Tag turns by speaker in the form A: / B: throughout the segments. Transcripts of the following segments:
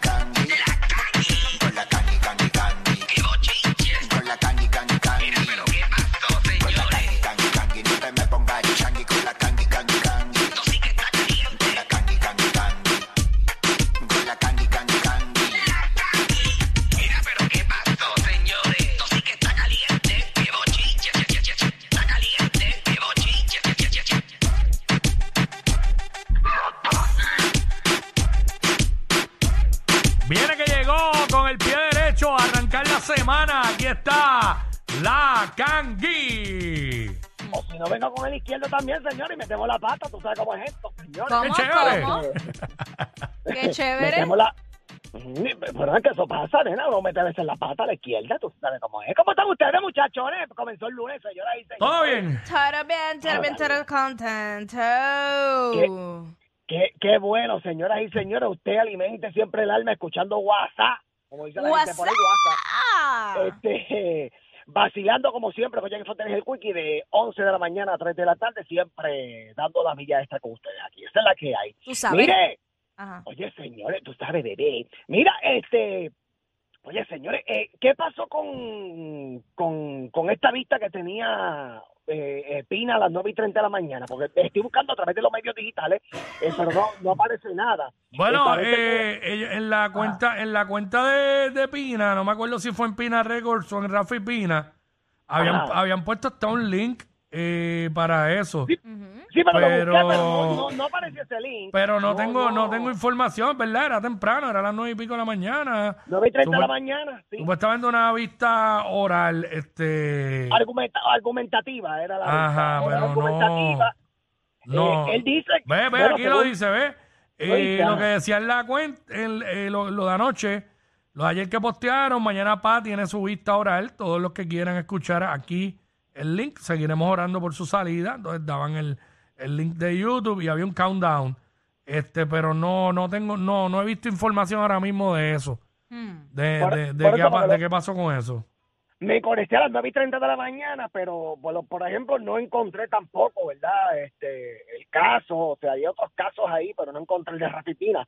A: tangi. Con la tangi, tangi, tangi. Con la tangi, tangi, tangi. Con la tangi, tangi, tangi, no te me pongas changi, con la tangi, tangi, tangi. Con la tangi, tangi, tangi. Con la tangi, tangi, tangi.
B: Mira, pero qué pasó, señores. Esto sí que está caliente, qué bochinche, che, che, che, che. Está caliente, qué bochinche, che, che, che, che.
C: Viene que llegó con el pie derecho a arrancar la semana. Aquí está la Cangui.
D: O si no vengo con el izquierdo también, señor, y metemos la pata, tú sabes cómo es esto, señor.
E: ¿Cómo?
C: chévere.
E: ¿Cómo? Qué chévere.
D: Metemos la... Mm, Pero es que eso pasa, nena, uno mete a veces la pata a la izquierda, tú sabes cómo es. ¿Cómo están ustedes, muchachones? Comenzó el lunes, señora. y señores.
C: ¿Todo bien?
E: Total bien, total bien, total content. Oh.
D: Qué, qué bueno, señoras y señores, usted alimente siempre el alma escuchando WhatsApp, como dice la gente por ahí, WhatsApp.
C: Eh,
E: WhatsApp.
D: Este, vacilando como siempre, con Jackie Fontanes el Quickie de 11 de la mañana a 3 de la tarde, siempre dando la milla esta con ustedes aquí. Esa es la que hay.
E: Tú sabes.
D: Mire,
E: Ajá.
D: Oye, señores, tú sabes, bebé. Mira, este. Oye, señores, eh, ¿qué pasó con, con, con esta vista que tenía eh, eh, Pina a las 9 y 30 de la mañana? Porque estoy buscando a través de los medios digitales, eh, pero no, no aparece nada. Eh,
C: Bueno,
D: parece que- Ah.
C: eh, ella- en la cuenta, en la cuenta de, de Pina, no me acuerdo si fue en Pina Records o en Rafi Pina, habían,
D: Ajá.
C: habían puesto hasta un link eh, para eso.
D: sí, pero, lo busqué,
C: pero-
D: pero no, no, no apareció ese link.
C: Pero no tengo, no tengo
D: nueve
C: información, ¿verdad? Era temprano, era las nueve y pico de la mañana.
D: 9 y 30 de la
C: Supu-
D: mañana, sí.
C: Supuestamente una vista oral, este...
D: Argumenta- argumentativa era la
C: Ajá,
D: vista. Era
C: pero no-
D: argumentativa.
C: No.
D: Eh, él dice.
C: Ve, ve,
D: bueno, Pues
C: aquí lo
D: según-
C: dice, ve.
D: Lo
C: Eh,
D: dice,
C: lo
D: ajá.
C: que decía en la cuenta, el- eh, lo, lo de anoche, los de ayer que postearon, mañana Pa tiene su vista oral. Todos los que quieran escuchar aquí el link, seguiremos orando por su salida. Entonces daban el, el link de YouTube y había un countdown. Este, pero no, no tengo, no, no he visto información ahora mismo de eso. De,
D: Por-
C: de- de
D: por
C: qué,
D: eso,
C: ha pa-
D: porque
C: de
D: lo-
C: qué pasó con eso.
D: Me conecté a las 9 y 30 de la mañana, pero por, lo- por ejemplo no encontré tampoco, ¿verdad? Este, el caso, o sea, hay otros casos ahí, pero no encontré el de Rafitina.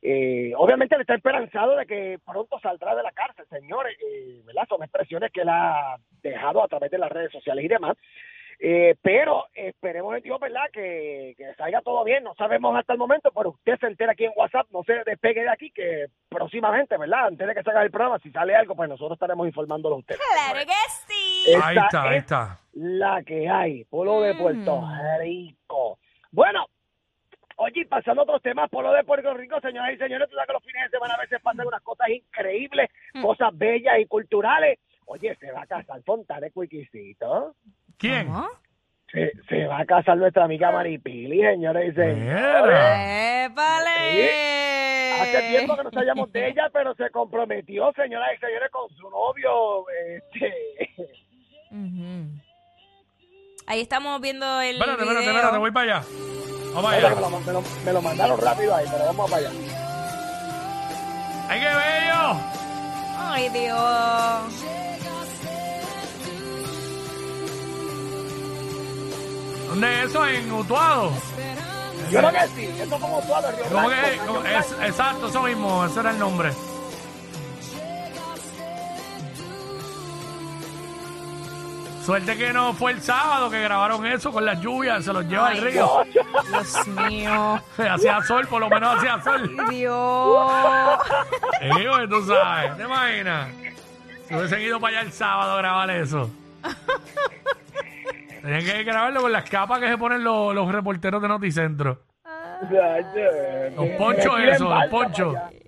D: Eh, obviamente él está esperanzado de que pronto saldrá de la cárcel, señores, eh, ¿verdad? Son expresiones que él ha dejado a través de las redes sociales y demás. Eh, pero esperemos en Dios, ¿verdad? Que, que salga todo bien. No sabemos hasta el momento, pero usted se entera aquí en WhatsApp. No se despegue de aquí, que próximamente, ¿verdad? Antes de que salga el programa, si sale algo, pues nosotros estaremos informándolo a ustedes.
E: Claro que sí.
D: Esta
C: ahí está, ahí
D: es
C: está.
D: La que hay, Polo de Puerto Rico. Bueno, oye, y pasando a otros temas, Polo de Puerto Rico, señoras y señores, tú sabes que los fines de semana a veces pasan unas cosas increíbles, cosas bellas y culturales. Oye, se va a casar Fontana Cuiquisito.
C: ¿Quién?
E: ¿Cómo?
D: Se, se va a casar nuestra amiga Maripili, señores y señores.
C: Mira.
E: ¡Épale!
C: Ah,
D: Hace tiempo que no sabíamos de ella, pero se comprometió, señoras y señores, con su novio. Este,
E: Ujú. Ahí estamos viendo el.
C: Espérate, espérate,
E: video.
C: espérate, voy para allá. Vamos para
D: Espera,
C: allá.
D: me, lo, me lo- me lo mandaron rápido ahí, pero vamos para allá.
C: ¡Ay, qué bello!
E: Ay, Dios.
C: ¿Dónde es eso? En Utuado.
D: Yo creo que sí, eso como tú hablas, Río
C: ¿Cómo
D: Blanco,
C: que?
D: Río
C: cómo-
D: Blanco.
C: es- exacto, eso mismo, ese era el nombre. Suerte que no fue el sábado que grabaron eso con las lluvias, se los lleva el río.
E: Dios mío.
C: hacía sol, por lo menos hacía sol.
E: Dios.
C: Eh, pues, tú sabes, ¿te imaginas? Si hubiesen ido para allá el sábado a grabar eso. Tenían que grabarlo con las capas que se ponen los, los reporteros de Noticentro. Los ponchos
D: Tiren
C: eso, los
D: balsa
C: ponchos.
D: para allá.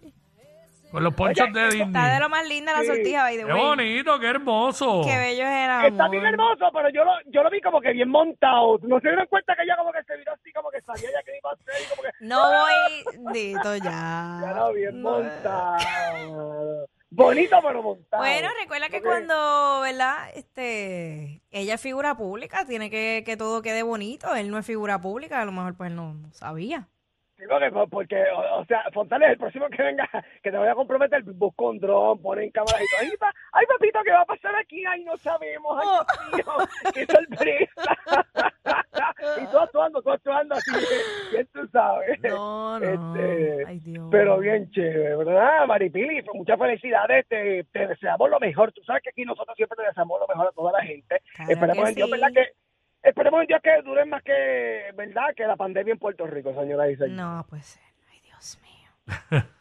C: Con los ponchos de
E: Está de
C: Disney.
E: lo más linda la sortija, by the
C: Qué
E: way.
C: bonito, qué hermoso.
E: Qué bello es el
D: Está bien
E: amor.
D: hermoso, pero yo lo, yo lo vi como que bien montado. No se dieron cuenta que ella como que se vino así, como que sabía ya que iba a hacer y como que...
E: No voy, Dito, ya.
D: Ya lo bien
E: No.
D: montado. Bonito, pero montado.
E: Bueno, recuerda que
D: Ok.
E: cuando, ¿verdad? Este, ella es figura pública, tiene que que todo quede bonito. Él no es figura pública, a lo mejor pues no, no sabía.
D: Sí, porque, porque, o, o sea, Fontales, el próximo que venga, que te voy a comprometer, busca un dron, ponen cámaras y todo. Ay, pa- ay, papito, ¿qué va a pasar aquí? Ay, no sabemos.
E: Oh.
D: Ay, Dios mío, qué sorpresa. y tú actuando, tú actuando así, bien tú sabes.
E: No, no.
D: Este,
E: Ay, Dios.
D: Pero bien chévere, ¿verdad, Maripili? Pues muchas felicidades, te, te deseamos lo mejor. Tú sabes que aquí nosotros siempre te deseamos lo mejor a toda la gente.
E: Claro
D: esperemos
E: que
D: en Dios,
E: sí.
D: ¿verdad? Que, esperemos en Dios que dure más que, ¿verdad? Que la pandemia en Puerto Rico, señora dice.
E: No, pues, ay, Dios mío.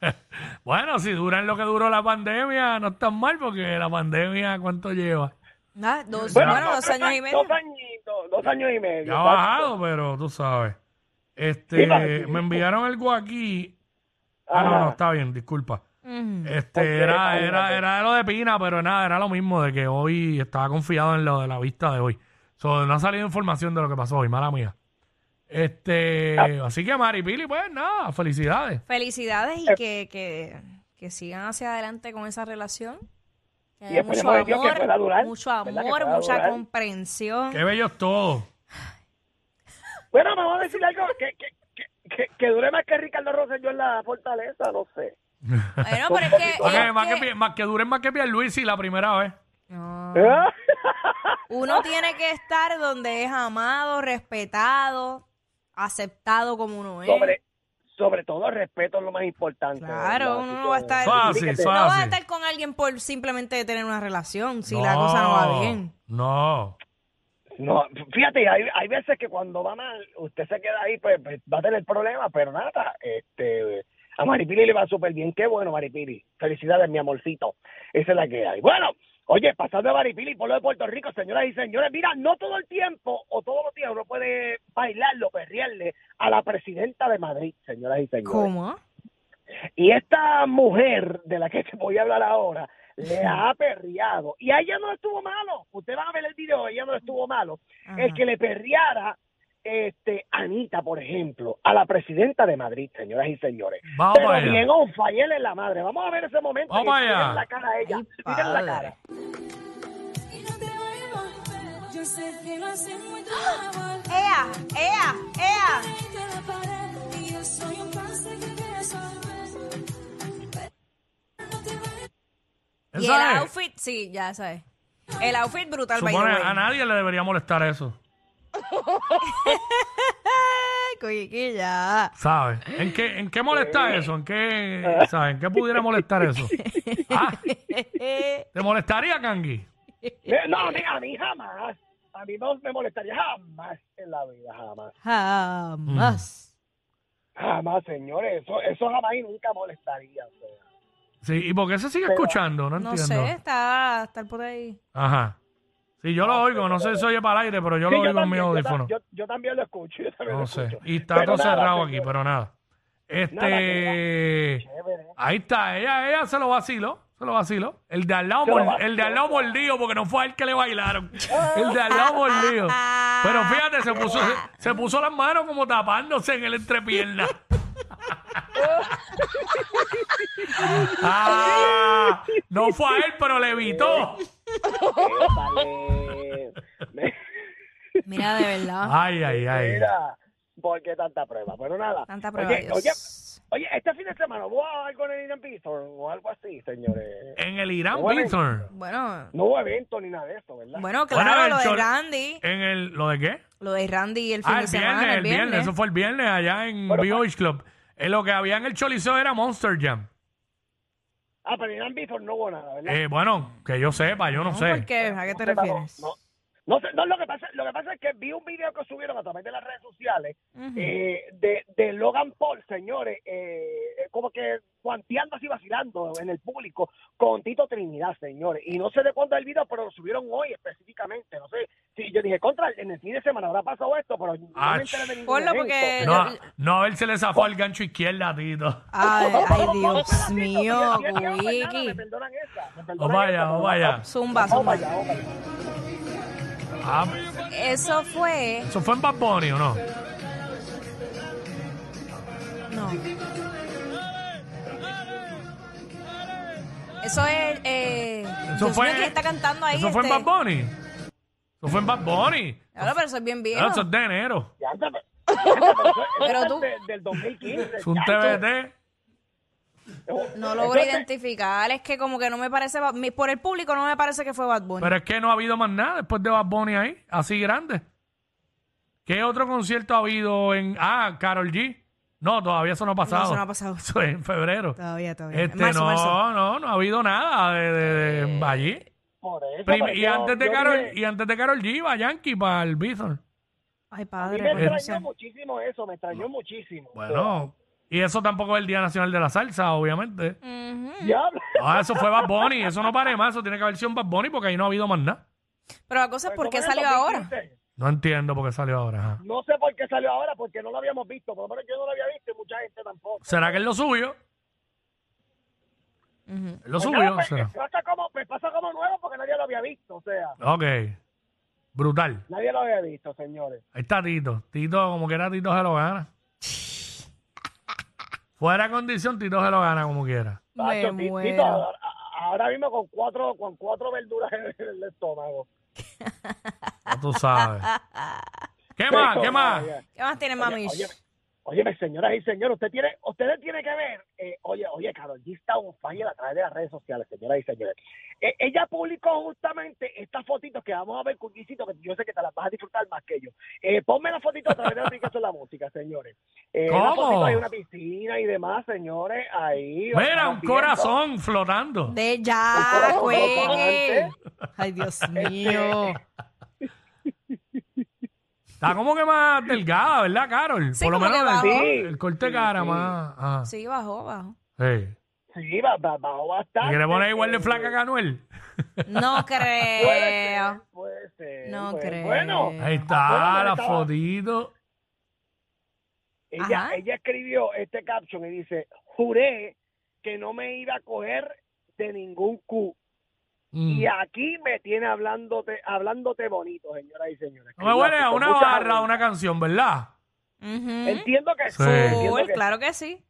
C: Bueno, si duran lo que duró la pandemia, no están mal porque la pandemia, ¿cuánto lleva?
E: Nada, Ah, dos,
D: Bueno,
E: bueno, dos años y medio.
D: Dos añitos, dos años y medio.
C: Ya ha bajado, pero tú sabes. Este,
D: Sí, vale.
C: me enviaron algo aquí. Ah,
D: Ajá.
C: no, no, está bien, disculpa.
E: Mm.
C: Este,
D: Ok,
C: era,
D: imagínate.
C: era, era de lo de Pina, pero nada, era lo mismo de que hoy estaba confiado en lo de la vista de hoy. So, no ha salido información de lo que pasó hoy, mala mía. Este,
E: Ah.
C: así que Mari Pili, pues nada, felicidades.
E: Felicidades
D: Eh.
E: y que, que, que sigan hacia adelante con esa relación. Que
D: Y esperemos en Dios que pueda durar,
E: mucho
D: ¿verdad? Que
E: amor,
D: pueda
E: mucha
D: durar.
E: comprensión.
C: Qué bellos todos.
D: Bueno, vamos a decir algo que, que, que, que, que dure más que Ricardo Rosselló en la fortaleza, no sé.
E: Bueno, pero es que.
C: Más que,
E: es
C: más que
E: que-
C: Pi- más que duren más que Pierluisi la primera vez.
E: No.
D: ¿Eh?
E: Uno tiene que estar donde es amado, respetado, aceptado como uno es.
D: sobre, sobre todo el respeto es lo más importante. ¿verdad?
E: Claro, uno
D: Así
E: no va a
D: que-
E: estar.
C: Fácil,
E: No vas a
C: fácil.
E: estar con alguien por simplemente tener una relación si la cosa no va bien.
C: No.
D: No, fíjate, hay, hay veces que cuando va mal, usted se queda ahí, pues, pues, va a tener problemas, pero nada, este, a Maripiri le va súper bien, qué bueno Maripiri, felicidades mi amorcito, esa es la que hay. Bueno, oye, pasando a Maripiri, pueblo de Puerto Rico, señoras y señores, mira, no todo el tiempo o todos los días uno puede bailarlo, perrearle a la presidenta de Madrid, señoras y señores.
E: ¿Cómo?
D: Y esta mujer de la que te voy a hablar ahora le ha perreado. Y a ella no le estuvo malo. Ustedes van a ver el video, a ella no le estuvo malo.
E: Ajá.
D: El que le perreara, este, Anita, por ejemplo, a la presidenta de Madrid, señoras y señores.
C: Vamos
D: Pero
C: para allá.
D: bien on fire en la madre. Vamos a ver ese momento.
C: Vamos
D: y
C: para allá.
D: miren la cara a ella.
E: Ay,
D: miren la
E: padre.
D: cara.
E: ¡Ea! ¡Ea! ¡Ea! Y el
C: Esa es.
E: outfit, sí, ya sabes. El outfit brutal, by the
C: Supone,
E: way.
C: a nadie le debería molestar eso,
E: Ay, coyiquilla.
C: ¿sabes? ¿En qué, en qué molesta eso? ¿En
E: Ah.
C: qué, ¿sabes? ¿En qué pudiera molestar eso? Ah,
E: Eh,
C: ¿Te molestaría, Kangi?
D: Eh, No, mira, a mí jamás. A mí no me molestaría jamás en la vida, jamás.
E: Jamás.
C: Mm.
D: Jamás, señores. Eso, eso jamás y nunca molestaría. o sea.
C: Sí, ¿y por qué se sigue escuchando? No
E: No
C: entiendo.
E: sé, está, está por ahí.
C: Ajá. Sí, yo lo oigo, no sé si se oye para el aire, pero yo lo
D: Sí,
C: oigo en mi
D: también, yo ta-
C: audífono.
D: Yo, yo también lo escucho. Yo también
C: No
D: lo
C: sé.
D: escucho.
C: Y está
D: Pero
C: todo
D: nada,
C: cerrado
D: señor,
C: aquí, pero nada.
D: Nada,
C: Este.
D: chévere.
C: Ahí está, ella, ella se lo vaciló. Se lo vaciló. El de al lado,
D: Se lo
C: mol-
D: vaciló.
C: el de al lado mordido, porque no fue a él que le bailaron. El de al lado mordido. Pero fíjate, se puso, se, se puso las manos como tapándose en el entrepierna. Ah, no fue a él, pero le evitó. este
D: Épale. Me-
E: Mira,
C: Ah.
E: de verdad.
C: Ay, ay, ay.
D: Mira, ¿por qué tanta prueba? Pero nada.
E: Tanta prueba.
D: Oye,
E: Dios.
D: oye, Oye, este fin de semana hubo algo en el Irán Bithorn o algo así, señores.
C: En el Irán
D: Bueno.
C: Bithorn.
E: Bueno,
D: No hubo evento ni nada de eso, ¿verdad?
E: bueno,
C: Bueno,
E: claro,
C: el
E: lo de
C: chol-
E: Randy.
C: En el, ¿Lo de qué?
E: Lo de Randy el fin
C: Ah,
E: de
C: el
E: semana,
C: viernes, el viernes. Eso fue el viernes allá en
D: Bueno, pues-
C: Beach Club. Eh, lo que había en el Choliseo era Monster Jam.
D: Ah, pero en el Irán Bithorn no hubo nada, ¿verdad?
C: Eh, bueno, que yo sepa, yo no,
E: No,
C: sé.
E: ¿Por qué? ¿A qué te
D: No sé,
E: refieres?
D: No, no sé, no, lo que, pasa, lo que pasa es que vi un video que subieron a través de las redes sociales
E: Ujú.
D: eh, de, de Logan Paul, señores, eh, como que cuanteando así, vacilando en el público con Tito Trinidad, señores. Y no sé de cuándo es el video, pero lo subieron hoy específicamente. No sé, sí, yo dije, contra, en el fin de semana habrá pasado esto, pero no
C: Ach.
D: me enteré de ningún
E: Ponlo
D: evento.
E: porque- eh,
C: No,
E: yo-
C: no, a él se le zafó el gancho izquierda, Tito.
E: Ay, ay,
D: Vamos,
E: Dios
D: vamos,
E: mío,
D: Tito, que- que- que- me
E: Wiki.
D: perdonan esa, me perdonan
C: O Oh, vaya,
D: esa,
C: o
D: pero-
C: vaya.
E: Zumba,
D: Vamos
E: zumba.
D: allá, vamos allá.
C: Ah,
E: Eso fue.
C: ¿Eso fue en Bad Bunny o no?
E: No. Eso es. Eh,
C: Eso
E: Dios
C: fue,
E: mío, ¿quién está cantando ahí?
C: Eso fue en
E: este?
C: Bad Bunny. Eso fue en Bad Bunny.
E: Claro, pero eso es bien viejo.
C: Claro, Ah, Eso es de enero.
D: Ya, pero- eso es
E: Pero tú-
D: del- del 2015.
C: Es un
D: ya,
C: TBT.
D: eso-
E: No
C: Eh,
D: eso
E: logro
D: es de-
E: identificar. Es que como que no me parece. Bad- mi- Por el público no me parece que fue Bad Bunny.
C: Pero es que no ha habido más nada después de Bad Bunny ahí, así grande. ¿Qué otro concierto ha habido en. Ah, Carol G. No, todavía eso no ha pasado.
E: No, eso no ha pasado.
C: Eso es en febrero.
E: Todavía, todavía.
C: Este,
E: marzo,
C: no,
E: marzo. Eh,
C: no, no ha habido nada de, de- de- allí.
D: Por eso,
C: Prim-
D: pero
C: y,
D: yo-
C: antes de
D: yo
C: Carol,
D: dije-
C: y antes de Carol G, va Yankee para el Bison.
E: Ay,
D: a mí
E: padre.
D: me
E: por
C: eh,
D: extrañó
E: Dios.
D: muchísimo eso, me extrañó muchísimo.
C: Bueno, y eso tampoco es el Día Nacional de la Salsa, obviamente.
D: Mm.
E: Ujú.
D: Diablo.
C: Ah, eso fue Bad Bunny, eso no pare más, eso tiene que haber sido un Bad Bunny porque ahí no ha habido más nada.
E: Pero la cosa es:
D: Pero
E: ¿por qué
D: ¿cómo en el
E: salió ahora?
D: 2015?
C: No entiendo por qué salió ahora. ajá.
D: No sé por qué salió ahora, porque no lo habíamos visto. Por lo menos yo no lo había visto y mucha gente tampoco.
C: ¿Será que es lo suyo?
E: Ujú.
C: ¿Es lo
D: Pues nada,
C: suyo?
D: pues,
C: ¿Será?
D: pasa como, pues pasa como nuevo porque nadie lo había visto. O sea,
C: Ok. Brutal.
D: nadie lo había visto, señores.
C: Ahí está Tito. Tito, como quiera, Tito se lo gana. Fuera de condición, Tito se lo gana como quiera.
E: Me
D: Tacho, Ti- Tito,
E: muero.
D: ahora- ahora mismo con cuatro, con cuatro verduras en el estómago.
C: Ya tú sabes. ¿Qué más? ¿Qué más?
E: ¿Qué más tiene, mami?
D: Oye, óyeme, señoras y señores, usted tiene, ustedes tienen que ver, eh, oye, oye, Carol G está un fire a través de las redes sociales, señoras y señores. Eh, ella publicó justamente estas fotitos que vamos a ver, Cuquisito, que yo sé que te las vas a disfrutar más que yo. Eh, ponme las fotitos a través de la aplicación de la música, señores. Eh,
C: ¿Cómo?
D: las fotitos, hay una piscina y demás, señores, ahí.
C: Mira,
D: vamos
C: un
D: viendo.
C: corazón flotando.
E: De
D: Un
E: ya,
D: corazón
E: juegue.
D: flotante.
E: Ay, Dios
D: Este,
E: mío.
C: Está como que más delgada, ¿verdad, Carol?
E: Sí,
C: Por lo
E: como
C: menos
E: que
C: el,
E: bajó.
C: cor- el corte de cara
D: sí.
C: más. ah. ajá. Sí.
E: Sí, bajó, bajó.
D: Sí, va, va, bajó
C: ¿Te
D: bastante.
C: quiere poner igual de
D: Eh,
C: flaca que Anuel?
E: No
D: Puede
E: creo.
D: ser, puede ser,
E: No
D: puede-
E: creo.
D: Bueno,
C: Ahí
D: Acuérdate
C: está,
D: que
C: la
D: estaba-
C: fotito.
D: Ella,
E: Ajá.
D: ella escribió este caption y dice, juré que no me iba a coger de ningún Q.
C: Mm.
D: Y aquí me tiene hablándote, hablándote bonito, señoras y señores.
C: No me
D: Escribió
C: huele
D: así,
C: a
D: con
C: una
D: mucha
C: barra, a
D: arrogancia.
C: una canción, ¿verdad?
E: Ujú.
D: Entiendo que sí.
C: Sí.
D: Entiendo
E: Full,
D: que,
E: claro que sí.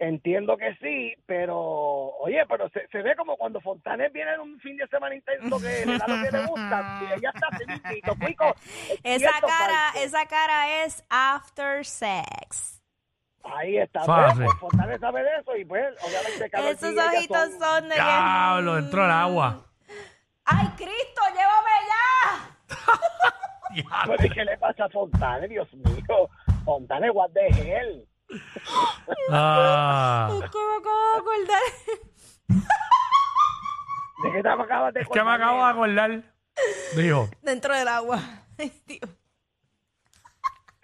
D: entiendo que sí, pero oye, pero se, se ve como cuando Fontanes viene en un fin de semana intenso que le da lo que le gusta. Y ella está así, mismito, cuico.
E: Esa
D: Cierto,
E: cara,
D: falso.
E: esa cara es after sex.
D: Ahí está.
C: Fácil.
D: pues, Fontanes sabe de eso y pues, obviamente, Karol G y
E: Esos
D: ella
E: ojitos son de
C: Diablo, dentro del agua.
E: ¡Ay, Cristo, llévame ya!
C: Diablo.
D: Pero, Pues, ¿y ¿Qué le pasa a Fontane, Dios mío? Fontane, what the hell?
C: Ah.
E: Es que me acabo de acordar.
D: ¿De qué te acabas de
C: Es que me
D: acordar,
C: acabo de
D: nena?
C: acordar. Dijo.
E: Dentro del agua. Ay, Dios.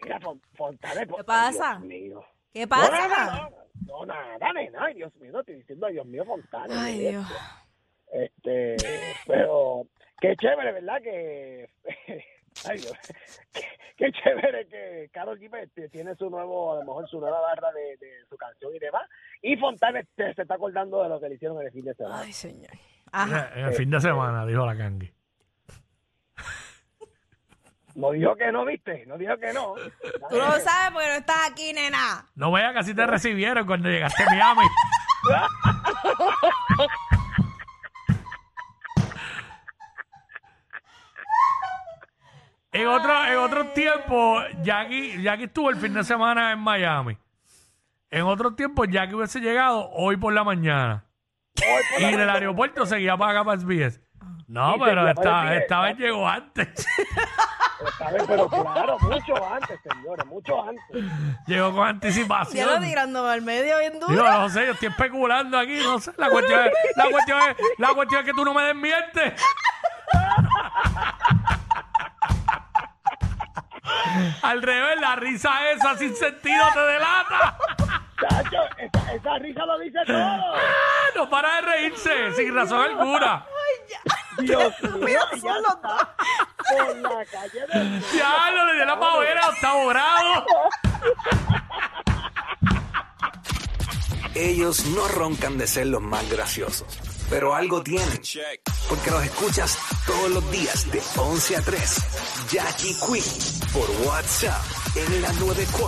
D: Mira, Fon- Fontane... por-
E: pasa?
D: Dios mío.
E: ¿Qué
D: No, nada,
E: pasa?
D: No, no, nada, nena. Ay, Dios mío, estoy diciendo, ay, Dios mío, Fontane.
E: Ay, Dios.
D: Este, pero qué chévere, ¿verdad? Que... Ay, Dios. Qué, qué chévere que Carol G pues, tiene su nuevo, a lo mejor su nueva barra de, de su canción y demás. Y Fontane este, se, se está acordando de lo que le hicieron en el fin de semana.
E: Ay, señor. Ajá.
C: eh, En el fin de semana, dijo la cangue.
D: No dijo que no, ¿viste? No dijo que no.
E: Tú
C: eh.
E: lo sabes porque no estás aquí, nena.
C: No vaya que así te recibieron cuando llegaste a Miami. En otro, en otro tiempo, Jackie, Jackie estuvo el fin de semana en Miami. En otros tiempos, ya que hubiese llegado hoy por la mañana. y en el aeropuerto seguía para acá para SBS. No,
D: Sí,
C: pero
D: seguía para
C: esta,
D: SBS,
C: esta vez
D: exacto.
C: llegó antes.
D: ¿sabes? Pero claro, mucho antes, señores, mucho antes.
C: llegó con
E: Ya lo
C: anticipación.
E: tirando al medio bien duro.
C: Digo, no sé, yo estoy especulando aquí, no sé. La cuestión es, la cuestión es, la cuestión es que tú no me desmientes. Al revés, la risa esa sin sentido te delata.
D: Chacho, esa, esa risa lo dice todo.
C: Ah, No para de reírse, sin razón alguna.
D: Dios mío, ya está por la calle de...
C: Ya, lo le dio la pavera, está borrado.
F: Ellos no roncan de ser los más graciosos, pero algo tienen. Porque los escuchas todos los días de 11 a 3. Jackie Quinn por WhatsApp en la 94.